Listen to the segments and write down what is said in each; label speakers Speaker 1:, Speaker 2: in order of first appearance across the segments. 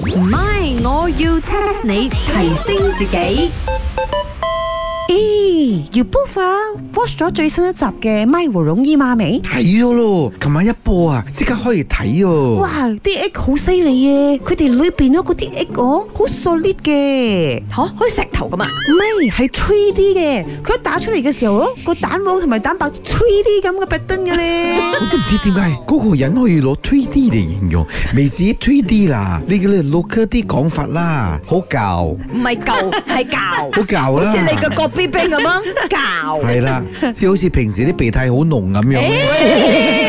Speaker 1: 唔係，我要 test 你提升自己。
Speaker 2: 咦，姚 Buff 啊，watch 咗最新一集嘅《咪和容姨媽》未？
Speaker 3: 睇咗咯，琴晚一播啊，即刻可以睇哦。
Speaker 2: 哇，啲 egg 好犀利嘅，佢哋裏邊嗰啲 egg 哦，好 solid 嘅，
Speaker 1: 吓，好似石頭咁啊！
Speaker 2: 唔係係 three D 嘅，佢一打出嚟嘅時候咯，個蛋黃同埋蛋白 three D 咁嘅 pattern 嘅咧。
Speaker 3: 我都唔知點解嗰個人可以攞 three D 嚟形容，未至於 three D 啦，你叫你 local 啲講法啦，好教，
Speaker 1: 唔係舊，係舊，
Speaker 3: 好教啦
Speaker 1: 好似。你個國標兵咁樣舊。
Speaker 3: 係啦，即係好似平時啲鼻涕好濃咁樣。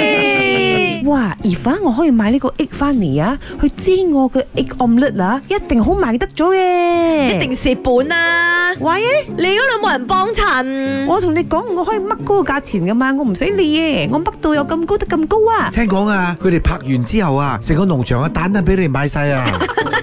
Speaker 2: 哇！而反我可以買呢個 egg 翻嚟啊，去煎我嘅 egg omelette 啊，一定好賣得咗嘅。
Speaker 1: 一定蝕本啦！
Speaker 2: 喂，
Speaker 1: 你嗰度冇人幫襯，
Speaker 2: 我同你講，我可以乜高個價錢噶嘛，我唔使理嘅，我乜到有咁高得咁高啊！
Speaker 3: 聽講啊，佢哋拍完之後啊，成個農場嘅蛋都俾你買 晒啊！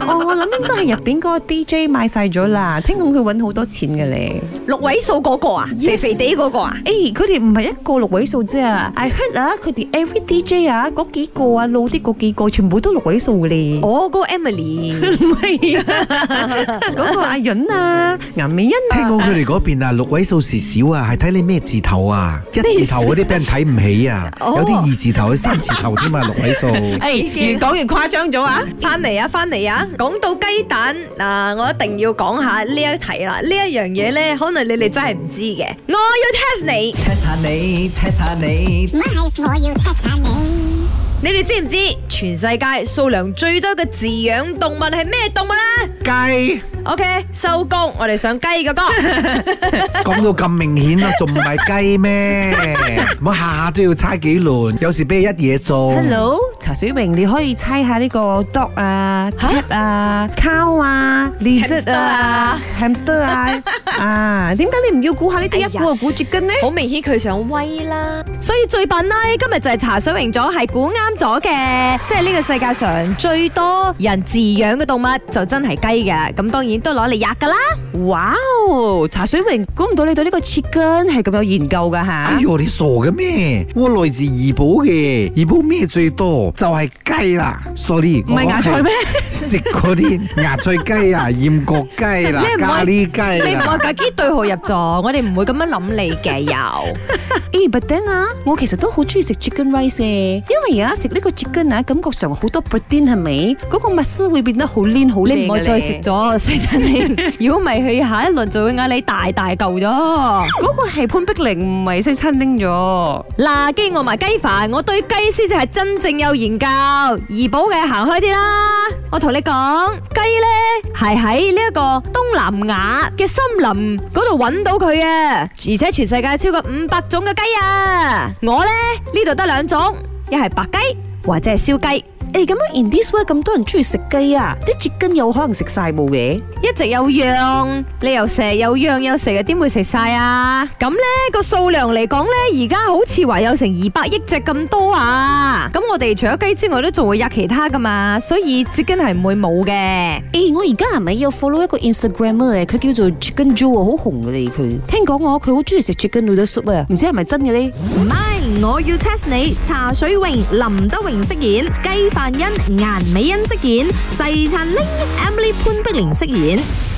Speaker 2: 哦，我諗應該係入邊嗰個 DJ 買晒咗啦，聽講佢揾好多錢嘅咧。
Speaker 1: 六位數嗰個啊，肥
Speaker 2: Yes
Speaker 1: 肥地嗰個啊，
Speaker 2: 誒、佢哋唔係一個六位數啫啊！I heard 啊，佢哋 every DJ 啊，嗰幾個啊，老啲嗰幾個，全部都六位數嘅咧。
Speaker 1: 哦，嗰個 Emily，
Speaker 2: 唔 係啊，嗰個阿潤啊，顏美欣
Speaker 3: 聽
Speaker 2: 啊，
Speaker 3: 講佢哋嗰邊啊，六位數字少啊，係睇你咩字頭啊，一字頭嗰啲俾人睇唔起啊，
Speaker 1: 哦
Speaker 3: 有啲二字頭、三字頭添啊，六 位數。
Speaker 2: 誒，越講越誇張咗啊！
Speaker 1: 翻嚟啊，翻嚟啊！講到雞蛋啊，我一定要講下呢一題啦，呢一樣嘢咧，可能你哋真係唔知嘅，我要 test 你。
Speaker 4: test 下你，test 下你
Speaker 5: 咪我要 test 下你。
Speaker 1: 你哋知唔知全世界數量最多嘅飼養動物係咩動物啊
Speaker 3: 雞
Speaker 1: OK，收工，我哋上雞嘅 歌。
Speaker 3: 講到咁明顯啦，仲唔係 雞咩？唔好下下都要猜幾輪，有時俾你一嘢做。
Speaker 2: Hello，茶水榮，你可以猜下呢個 dog 啊、cat 啊、cow 啊、lizard 啊、hamster 啊， 啊，點解你唔要估下呢啲
Speaker 1: 哎呀
Speaker 2: 一估就估絕根呢？
Speaker 1: 好明顯佢想威啦，所以最笨啦，今日就係茶水榮咗係估啱咗嘅，即係呢個世界上最多人飼養嘅動物就真係雞嘅，咁當然都攞嚟吔噶啦。
Speaker 2: 哇哦，茶水榮，估唔到你對呢個 chicken 係咁有研究噶吓
Speaker 3: 哎。呦，你傻嘅咩？我來自怡保嘅，怡保咩最多？就係、雞啦。Sorry，
Speaker 2: 唔係
Speaker 3: 我
Speaker 2: 芽菜咩？
Speaker 3: 食嗰啲芽菜雞啊、鹽焗 雞啦
Speaker 1: 你唔、可
Speaker 3: 咖
Speaker 1: 以
Speaker 3: 喱雞
Speaker 1: 你唔
Speaker 3: 啦。
Speaker 1: 好咁對號入座，我哋唔會咁樣諗你嘅又。
Speaker 2: 咦，but then 啊，我其實都好中意食 chicken rice 嘅，因為而家食呢個 chicken 啊，感覺上好多 protein 係咪？嗰個密絲會變得好 lean 好靚 嘅
Speaker 1: 你唔好再食
Speaker 2: 咧
Speaker 1: 咗，細真 你。如果唔係，佢下一輪就會嗌你大大嚿咗。
Speaker 2: 嗰個係潘碧玲，唔係西餐拎咗。
Speaker 1: 嗱，既然我埋雞飯，我對雞先至係真正有研究。怡保嘅行開啲啦，我同你講，雞呢係喺呢一個東南亞嘅森林嗰度揾到佢啊，而且全世界超過五百種嘅雞啊。我呢，呢度得兩種，一係白雞或者係燒雞。
Speaker 2: 誒咁樣 in this way 咁多人中意食雞啊，啲絕根有可能食晒冇嘅。
Speaker 1: 一直有樣，你又食有樣有食嘅，點會食晒啊？咁呢個數量嚟講呢，而家好似話有成二百億隻咁多啊！咁我哋除咗雞之外，都仲會有其他噶嘛，所以至今係唔會冇嘅。
Speaker 2: 誒、我而家係咪有 follow 一個 Instagramer 嘅，佢叫做 Chicken Joe 啊，好紅嘅咧佢。聽講我佢好中意食 Chicken Noodle Soup 啊，唔知係咪真嘅呢？
Speaker 6: 唔係，我要 test 你。茶水榮、林德榮飾演，雞范欣、顏美欣飾演，細陳玲、Emily 潘碧玲飾演。